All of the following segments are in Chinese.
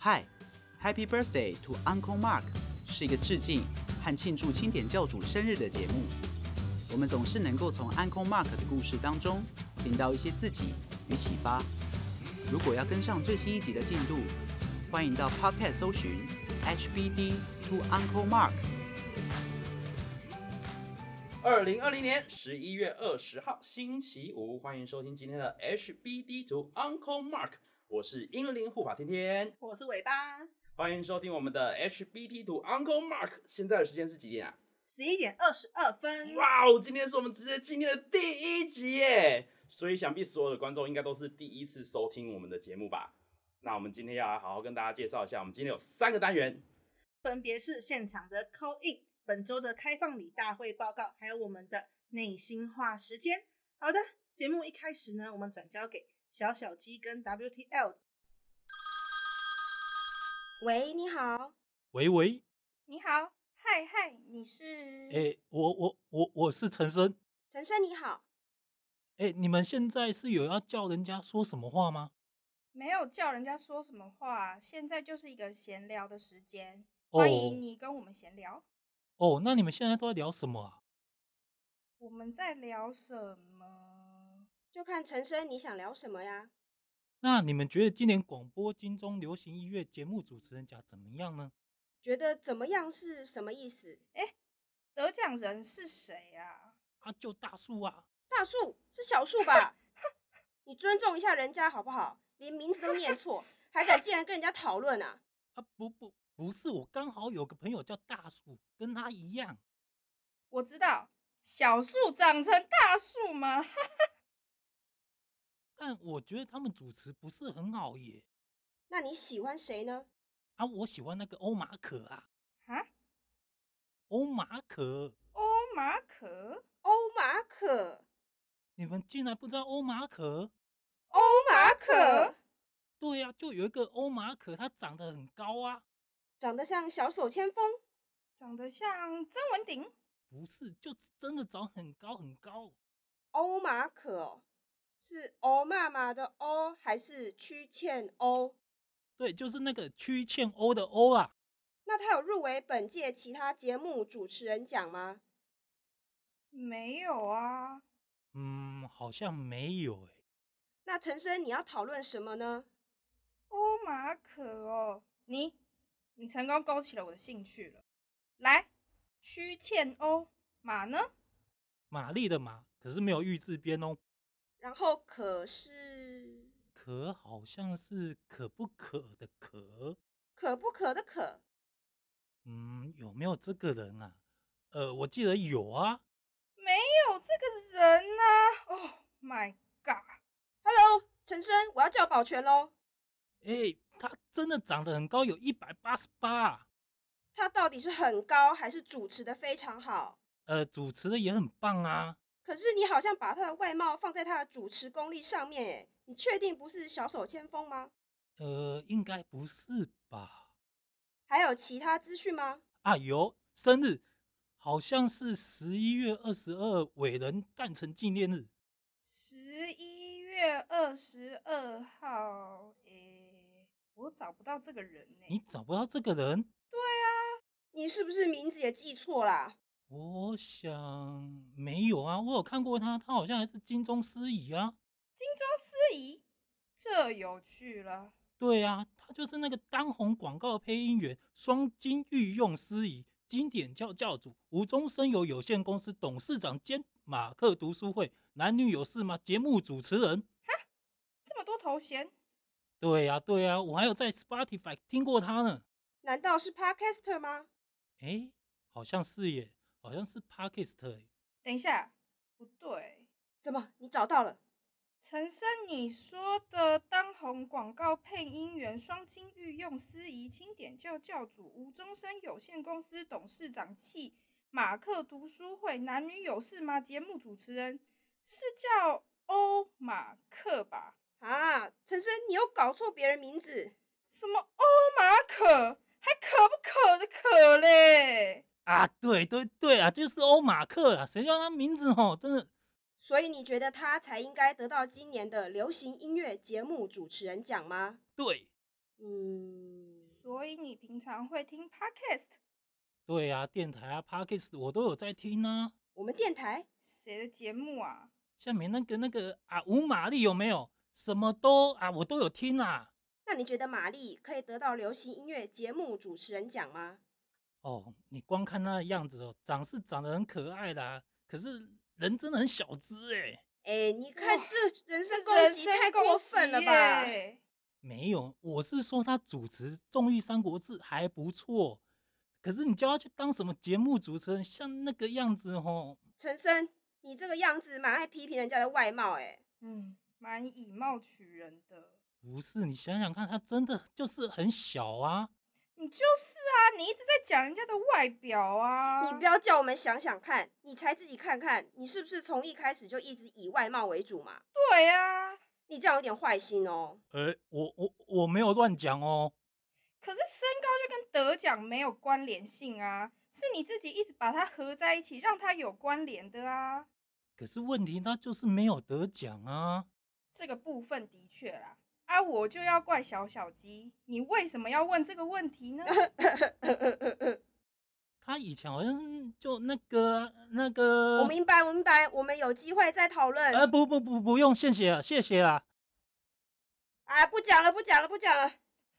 Hi，Happy Birthday to Uncle Mark 是一个致敬和庆祝清点教主生日的节目。我们总是能够从 Uncle Mark 的故事当中听到一些自己与启发。如果要跟上最新一集的进度，欢迎到 Podcast 搜寻 HBD to Uncle Mark。二零二零年十一月二十号星期五，欢迎收听今天的 HBD to Uncle Mark，我是英灵护法天天，我是尾巴，欢迎收听我们的 HBD to Uncle Mark。现在的时间是几点啊？十一点二十二分，哇哦，今天是我们直接纪念的第一集耶！所以想必所有的观众应该都是第一次收听我们的节目吧？那我们今天要来好好跟大家介绍一下，我们今天有三个单元，分别是现场的 call in、本周的开放礼大会报告，还有我们的内心话时间。好的，节目一开始呢，我们转交给小小鸡跟 WTL。喂，你好，喂喂，你好，嗨嗨，你是？哎、我我我我是陈生，陈生你好，哎、你们现在是有要叫人家说什么话吗？没有叫人家说什么话，现在就是一个闲聊的时间，哦欢迎你跟我们闲聊。哦，那你们现在都在聊什么啊？我们在聊什么？就看陈生你想聊什么呀？那你们觉得今年广播金钟流行音乐节目主持人奖怎么样呢？觉得怎么样是什么意思？哎，得奖人是谁啊？啊，就大树啊， 大树是小树吧？ 你尊重一下人家好不好？连名字都念错，还敢竟然跟人家讨论啊？啊不不不是，我刚好有个朋友叫大树，跟他一样。我知道，小树长成大树吗？ 但我觉得他们主持不是很好耶。那你喜欢谁呢？啊，我喜欢那个欧马可啊，啊，欧马可，欧马可，欧马可，你们竟然不知道欧马可？欧马可对呀、啊，就有一个欧马可，他长得很高啊。长得像小手千峰，长得像曾文鼎，不是，就是真的长很高很高。欧马可哦是欧妈妈的欧还是曲欠欧？对，就是那个曲欠欧的欧啊。那他有入围本届其他节目主持人奖吗？没有啊。嗯，好像没有诶、那陈生你要讨论什么呢？欧马可哦，你，你成功勾起了我的兴趣了。来，曲欠欧马呢？玛丽的玛，可是没有玉字边哦。然后可是可好像是可不可的可。可不可的可，嗯，有没有这个人啊？呃，我记得有啊。没有这个人呐、啊。Oh my god！ Hello，陈生，我要叫保全喽。诶、他真的长得很高，有一百八十八。啊他到底是很高还是主持的非常好？呃，主持的也很棒啊。可是你好像把他的外貌放在他的主持功力上面，诶，你确定不是小手千峰吗？呃，应该不是吧？还有其他资讯吗？啊，有生日，好像是十一月二十二伟人诞辰纪念日。十一月二十二号，诶，我找不到这个人呢、你找不到这个人，啊你是不是名字也记错啦？我想没有啊，我有看过他，他好像还是金钟司仪啊。金钟司仪，这有趣了。对啊，他就是那个当红广告配音员，双金御用司仪，经典教教主，无中生有有限公司董事长兼马克读书会男女有事吗节目主持人。这么多头衔，对呀、对呀、我还有在 Spotify 听过他呢。难道是 Podcaster 吗？诶，好像是耶，好像是 Parkist 耶。等一下，不对，怎么，你找到了？陈生你说的当红广告配音员、双金御用司仪、清点教教主、吴中生有限公司董事长暨马克读书会男女有事吗节目主持人是叫欧马克吧？啊，陈生，你又搞错别人名字。什么欧马可，还可不可的可嘞？啊，对对对啊，就是欧马克啊，谁叫他名字哦，真的所以你觉得他才应该得到今年的流行音乐节目主持人奖吗？对。嗯，所以你平常会听 podcast？对啊，电台啊 p o d c a s t 我都有在听啊。我们电台谁的节目啊？下面那个那个啊，无玛丽有没有？什么都啊，我都有听啊。那你觉得玛丽可以得到流行音乐节目主持人奖吗？哦，你光看那样子哦，长是长得很可爱啦，可是人真的很小只哎、哎，你看哇这人身攻人击身太攻过分击了吧？耶没有，我是说他主持《综艺三国志》还不错，可是你叫他去当什么节目主持人，像那个样子哦，陈生，你这个样子蛮爱批评人家的外貌哎、嗯，蛮以貌取人的。不是？你想想看，他真的就是很小啊。你就是啊，你一直在讲人家的外表啊。你不要叫我们想想看，你才自己看看，你是不是从一开始就一直以外貌为主嘛？对啊，你这样有点坏心哦。呃，我我我没有乱讲哦，可是身高就跟得奖没有关联性啊，是你自己一直把它合在一起，让它有关联的啊。可是问题他就是没有得奖啊。这个部分的确啦，啊，我就要怪小小鸡，你为什么要问这个问题呢？他以前好像是就那个啊那个， 我明白，我明白，我们有机会再讨论。呃不不不不用，谢谢啊谢谢啦。啊，不讲了，不讲了，不讲了，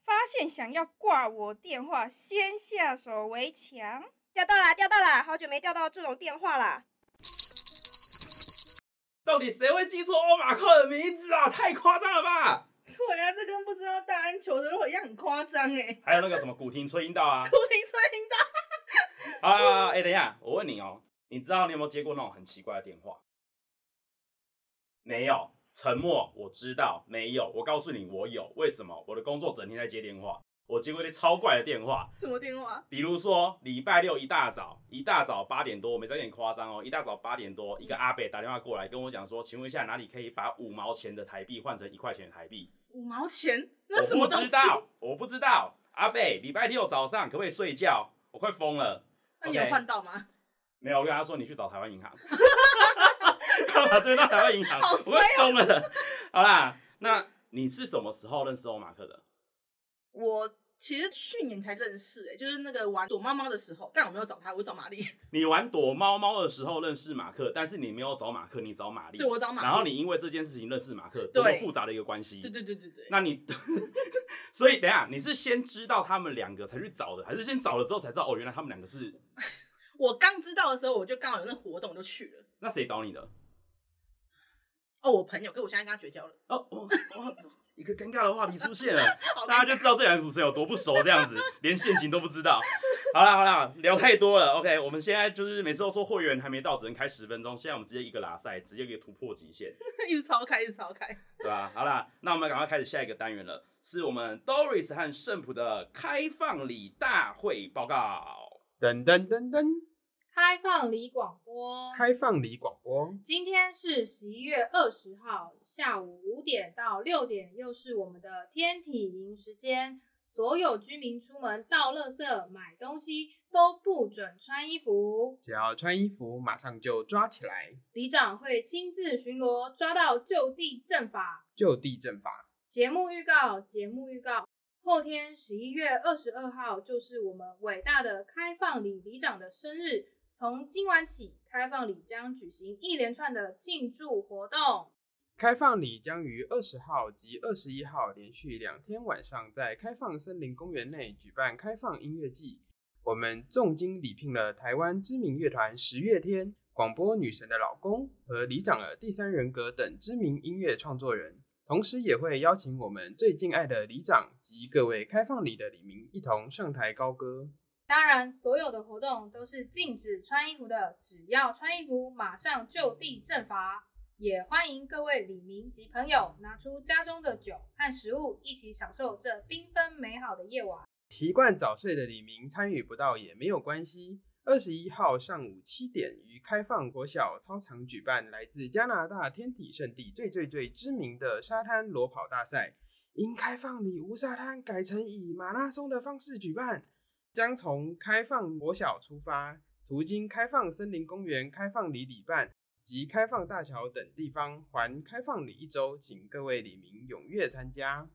发现想要挂我电话，先下手为强。钓到啦，钓到啦，好久没钓到这种电话啦。到底谁会记错欧马克的名字啊？太夸张了吧！对啊，这跟不知道大安球的肉一样很夸张哎。，还有那个什么古亭吹阴道啊古亭吹音大，啊啊，啊哎、等一下，我问你哦，你知道你有没有接过那种很奇怪的电话？没有，沉默，我知道没有。我告诉你，我有，为什么？我的工作整天在接电话，我接过一些超怪的电话，什么电话？比如说礼拜六一大早，一大早八点多，我没在跟你夸张哦，一大早八点多，一个阿北打电话过来跟我讲说，请问一下哪里可以把五毛钱的台币换成一块钱的台币？五毛钱？那什我么不东知西？道，我不知道。阿贝，礼拜六早上可不可以睡觉？我快疯了。那你有 OK 换到吗？没有，我跟他说你去找台湾银行， 他把这边到台湾银行，好我快疯了。好啦，那你是什么时候认识欧马克的？我其实去年才认识哎，就是那个玩躲猫猫的时候，但我没有找他，我找玛丽。你玩躲猫猫的时候认识马克，但是你没有找马克，你找玛丽。对，我找玛丽。然后你因为这件事情认识马克，对多么复杂的一个关系。对对对对对，那你， 所以等一下你是先知道他们两个才去找的，还是先找了之后才知道哦，原来他们两个是？我刚知道的时候，我就刚好有那活动就去了。那谁找你的？哦，我朋友，跟我现在跟他绝交了。哦，哇哇，一个尴尬的话题出现了， 好尴尬大家就知道这两个主持人有多不熟，这样 子连陷阱都不知道。好啦好啦，聊太多了。OK，我们现在就是每次都说会员还没到，只能开十分钟，现在我们直接一个拉赛，直接给突破极限， 一直超开，一直超开。对吧、好啦，那我们赶快开始下一个单元了，是我们 Doris 和圣普的开放礼大会报告。噔噔噔噔，开放里广播，开放里广播，今天是十一月二十号下午五点到六点，又是我们的天体营时间。所有居民出门倒垃圾、买东西都不准穿衣服，只要穿衣服马上就抓起来，里长会亲自巡逻，抓到就地正法。就地正法。节目预告，节目预告。后天十一月二十二号就是我们伟大的开放里里长的生日。从今晚起，开放里将举行一连串的庆祝活动。开放里将于二十号及二十一号连续两天晚上在开放森林公园内举办开放音乐季。我们重金礼聘了台湾知名乐团十月天、广播女神的老公和里长的第三人格等知名音乐创作人，同时也会邀请我们最敬爱的里长及各位开放里的里民一同上台高歌。当然，所有的活动都是禁止穿衣服的，只要穿衣服，马上就地正法。也欢迎各位李民及朋友拿出家中的酒和食物，一起享受这缤纷美好的夜晚。习惯早睡的李明参与不到也没有关系。二十一号上午七点于开放国小操场举办来自加拿大天体圣地最最最知名的沙滩裸跑大赛，因开放里无沙滩改成以马拉松的方式举办，将从开放国小出发，途经开放森林公园、开放里里办及开放大桥等地方，环开放里一周，请各位李明踊跃参加。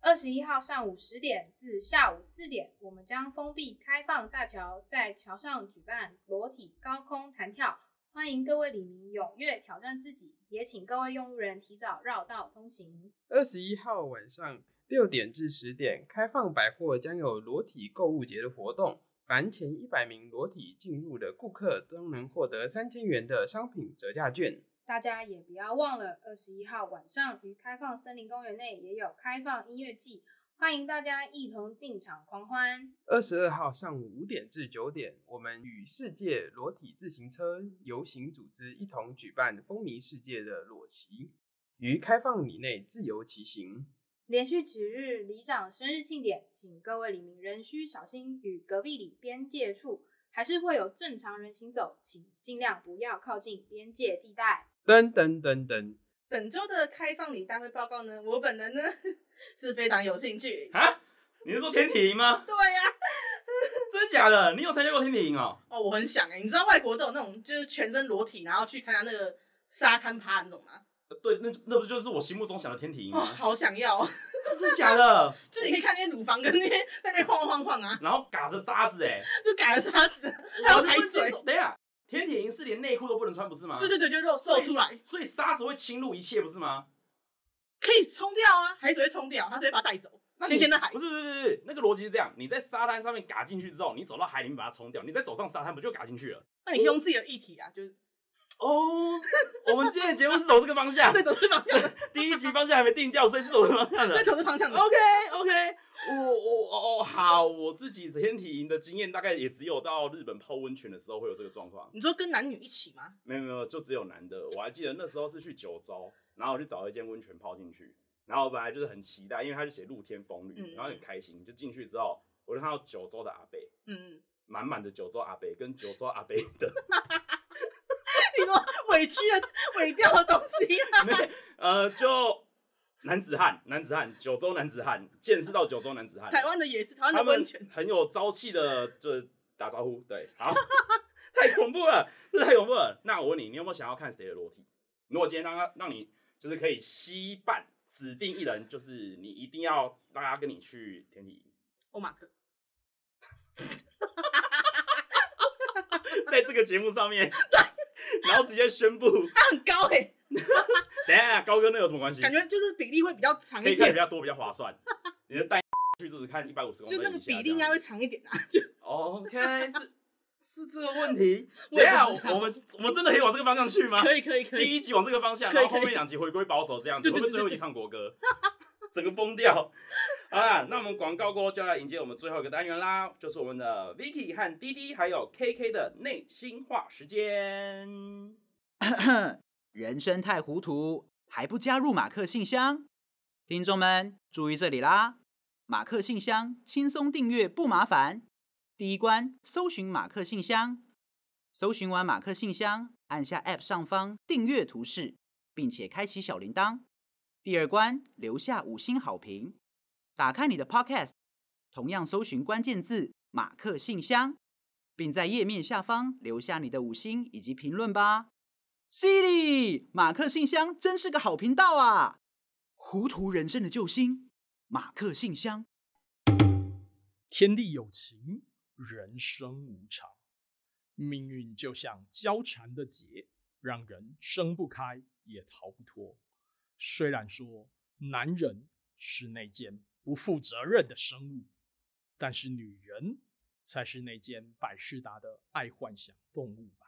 二十一号上午十点至下午四点，我们将封闭开放大桥，在桥上举办裸体高空弹跳，欢迎各位李民踊跃挑战自己，也请各位用路人提早绕道通行。二十一号晚上六点至十点，开放百货将有裸体购物节的活动，凡前一百名裸体进入的顾客都能获得三千元的商品折价券。大家也不要忘了，二十一号晚上于开放森林公园内也有开放音乐季，欢迎大家一同进场狂欢。二十二号上午五点至九点，我们与世界裸体自行车游行组织一同举办风靡世界的裸骑，于开放里内自由骑行。连续几日里长生日庆典，请各位里民仍需小心与隔壁里边界处，还是会有正常人行走，请尽量不要靠近边界地带。噔噔噔噔，本周的开放礼大会报告呢，我本人呢 是非常有兴趣。啊？你是说天体营吗？对呀、 真假的？你有参加过天体营哦？哦，我很想哎、你知道外国都有那种就是全身裸体，然后去参加那个沙滩趴那种吗？呃对，那那不就是我心目中想的天体营哦，吗？ 好想要哦，真假的？ 就你可以看那些乳房跟那些在那边晃晃晃啊，然后嘎着沙子哎、就改了沙子，还有我就海是水接，受等一下，天体营是连内裤都不能穿，不是吗？对对对，就露露出来，所以沙子会侵入一切，不是吗？可以冲掉啊，海水会冲掉，他直接把它带走，那你新鲜的海不。是不是不是不是，那个逻辑是这样：你在沙滩上面嘎进去之后，你走到海里面把它冲掉，你再走上沙滩不就嘎进去了？那你可以哎用自己的议题啊，就是哦，我们今天的节目是走这个方向 对，，走这 方向的，第一集方向还没定掉，所以是走这个方向的对，。走这方向 的。 OK OK，我我哦好，我自己天体营的经验大概也只有到日本泡温泉的时候会有这个状况，你说跟男女一起吗？ 没有没有，就只有男的。我还记得那时候是去九州，然后我去找了一间温泉泡进去，然后我本来就是很期待，因为他就写露天风嗯吕，然后很开心，就进去之后，我就看到九州的阿贝，嗯，满满的九州阿贝跟九州阿贝 的你说委屈的、委掉的东西 啊，没呃就男子汉，男子汉，九州男子汉，见识到九州男子汉，台湾的也是，台湾他的们温泉，很有朝气的，就打招呼， 对，好， 太恐怖了，这太恐怖了。那我问你，你有没有想要看谁的裸体？如果今天让他让你就是可以稀办指定一人，就是你一定要让他跟你去天体营， 欧马克，在这个节目上 面， 然后直接宣布，他很高哎、 等一下高跟那有什么关系？感觉就是比例会比较长可以一看点比，较多，比较划算。你的带去就是看一百五十公分以下就那这个样，比例应该会长一点啊。就 OK，是 是这个问题。我等一也不知下，道我们我们真的可以往这个方向去吗？可以可以可第以，一集往这个方向，可以然后后可以面两集回归保守这样子，对我对们最后一对集对唱国歌， 整个崩掉。 好啦，那我们广告过后就要来迎接我们最后一个单元啦，就是我们的 Vicky 和滴滴还有 KK 的内心话时间。人生太糊涂，还不加入马克信箱？听众们注意这里啦！马克信箱轻松订阅不麻烦。第一关，搜寻马克信箱。搜寻完马克信箱，按下 App 上方订阅图示，并且开启小铃铛。第二关，留下五星好评。打开你的 Podcast，同样搜寻关键字“马克信箱”，并在页面下方留下你的五星以及评论吧。Siri，马克信箱真是个好频道啊！糊涂人生的救星，马克信箱。天地有情，人生无常，命运就像交缠的结，让人挣不开，也逃不脱。虽然说男人是那件不负责任的生物，但是女人才是那件百事达的爱幻想动物吧。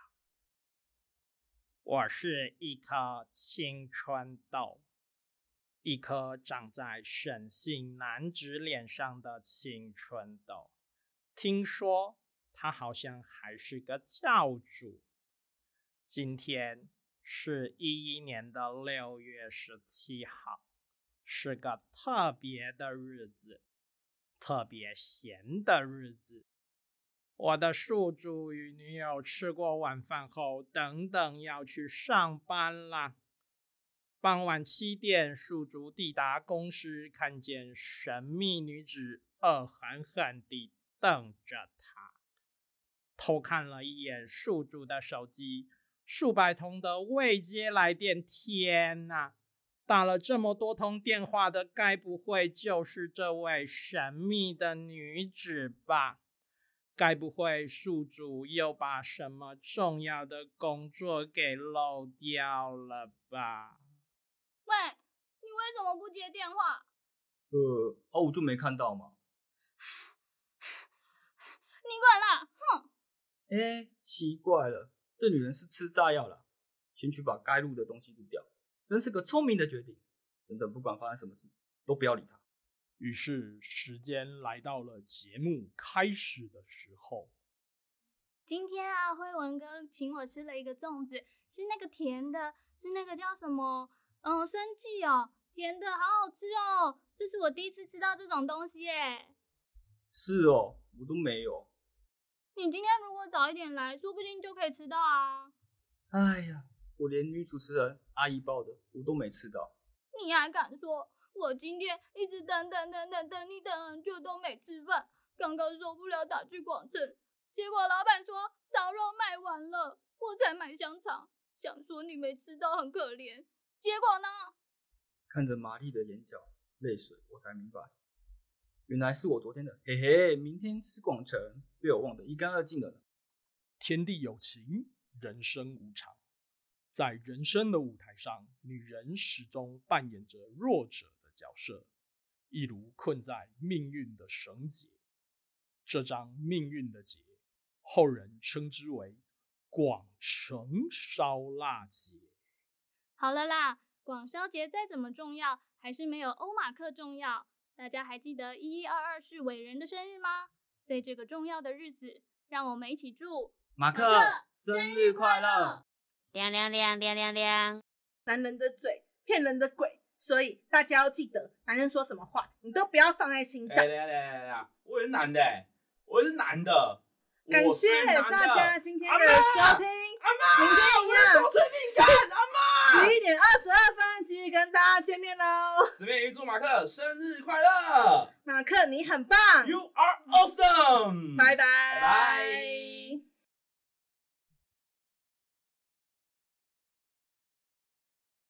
我是一颗青春痘，一颗长在沈姓男子脸上的青春痘。听说他好像还是个教主。今天是一一年的六月十七号，是个特别的日子，特别闲的日子。我的宿主与女友吃过晚饭后，等等要去上班啦。傍晚七点，宿主抵达公司，看见神秘女子恶狠狠地瞪着他。偷看了一眼宿主的手机，数百通的未接来电，天呐！打了这么多通电话的，该不会就是这位神秘的女子吧？该不会宿主又把什么重要的工作给漏掉了吧？喂，你为什么不接电话？呃，哦，我就没看到嘛。你滚啦！哼！哎，奇怪了，这女人是吃炸药了，先去把该录的东西录掉，真是个聪明的决定。等等，不管发生什么事，都不要理他。于是时间来到了节目开始的时候。今天啊，辉文哥请我吃了一个粽子，是那个甜的，是那个叫什么？嗯，生记哦，甜的，好好吃哦。这是我第一次吃到这种东西耶。是哦，我都没有。你今天如果早一点来，说不定就可以吃到啊。哎呀，我连女主持人阿姨抱的我都没吃到。你还敢说？我今天一直等等等等等你等很久都没吃饭，刚刚受不了打去广城，结果老板说烧肉卖完了，我才买香肠，想说你没吃到很可怜，结果呢？看着玛丽的眼角泪水，我才明白，原来是我昨天的嘿嘿，明天吃广城被我忘得一干二净了呢。天地有情，人生无常。在人生的舞台上，女人始终扮演着弱者的角色，一如困在命运的绳结。这张命运的结，后人称之为“广城烧腊节好了啦，广烧节再怎么重要，还是没有欧马克重要。大家还记得一一二二是伟人的生日吗？在这个重要的日子，让我们一起祝马克生日快乐！亮亮亮亮亮亮，男人的嘴，骗人的鬼，所以大家要记得，男人说什么话，你都不要放在心哎、上。等一下等一下等一下，我是男的、欸，我是男的，感我谢是男的大家今天阿的嬷收听，阿妈，明天一我样要做最近看，阿妈。十一点二十二分继续跟大家见面喽。子面鱼祝马克生日快乐马克，你很棒， ，You are awesome，拜拜。拜拜。